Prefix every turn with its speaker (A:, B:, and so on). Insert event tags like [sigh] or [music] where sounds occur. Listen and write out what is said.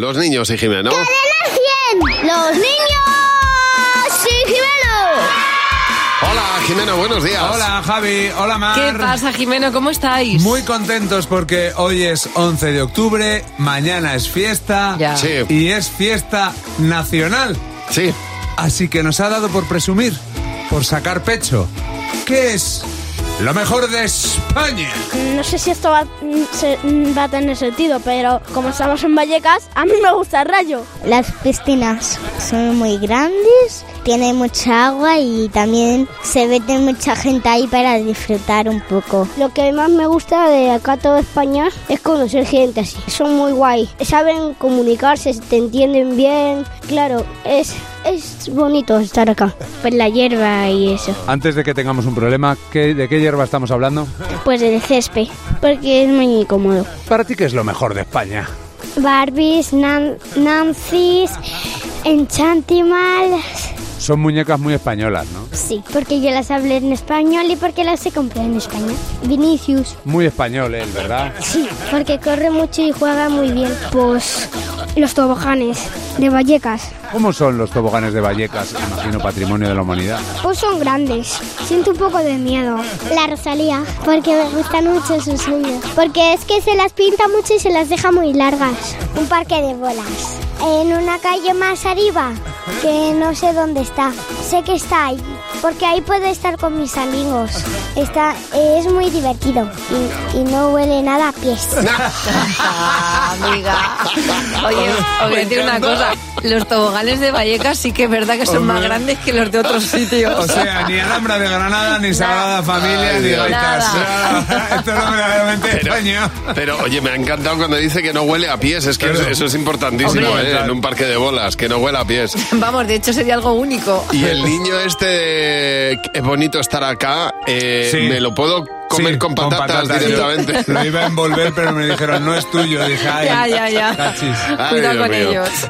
A: Los niños y Jimeno.
B: ¡Los niños! ¡Sí,
A: Hola, Jimeno, buenos días.
C: Hola Javi, hola Mar.
D: ¿Qué pasa, Jimeno? ¿Cómo estáis?
C: Muy contentos porque hoy es 11 de octubre, mañana es fiesta
D: Ya.
A: Sí.
C: y es fiesta nacional.
A: Sí.
C: Así que nos ha dado por presumir, por sacar pecho. ¿Qué es lo mejor de España?
B: Mm, No sé si esto va, mm, se- va a tener sentido, pero como estamos en Vallecas, a mí me gusta el rayo.
E: Las piscinas son muy grandes, tienen mucha agua y también se mete mucha gente ahí para disfrutar un poco.
B: Lo que más me gusta de acá toda España es conocer gente así. Son muy guay. Saben comunicarse, te entienden bien. Claro, es, es bonito estar acá. Pues la hierba y eso.
C: Antes de que tengamos un problema, ¿qué- ¿de qué hierba estamos hablando?
B: Pues el césped, porque es muy incómodo.
C: Para ti, ¿qué es lo mejor de España?
B: Barbies, Nancy's, Enchantimals.
C: Son muñecas muy españolas, ¿no?
B: Sí, porque yo las hablé en español y porque las he comprado en España. Vinicius.
C: Muy españoles, ¿verdad?
B: Sí, porque corre mucho y juega muy bien. Pues los toboganes de Vallecas.
C: ¿Cómo son los toboganes de Vallecas? Imagino patrimonio de la humanidad.
B: Pues son grandes. Siento un poco de miedo.
E: La Rosalía, porque me gustan mucho sus uñas. Porque es que se las pinta mucho y se las deja muy largas. Un parque de bolas. En una calle más arriba, que no sé dónde está. Sé que está ahí, porque ahí puedo estar con mis amigos. Está, es muy divertido y, y no huele nada a pies.
D: [laughs]
C: [laughs]
D: Ah, amiga. Oye, os voy a decir una cosa. Los toboganes de Vallecas sí que es verdad que son más grandes que los de
C: [laughs]
D: otros sitios.
C: O sea, ni Alhambra de Granada, ni Sagrada Familia,
A: Ay,
C: ni
A: Dios.
C: Gaitas. No, Esto es verdaderamente extraño.
A: Pero oye, me ha encantado cuando dice que no huele a pies. Es que
C: Pero-
A: eso, eso es importantísimo
C: Hombre.
A: ¿eh? en un parque de bolas, que no huele a pies.
D: Vamos, de hecho sería algo único.
A: Y el niño este, de, es bonito estar acá. eh,
C: Sí.
A: Me lo puedo comer
C: Sí,
A: con patatas,
C: yo
A: directamente.
C: Lo iba a envolver, pero me dijeron, no es tuyo. Dije, ay,
D: Ya, ya, ya.
C: cachis.
A: Ay,
D: Cuidado
A: Dios
D: con
A: mío.
D: ellos.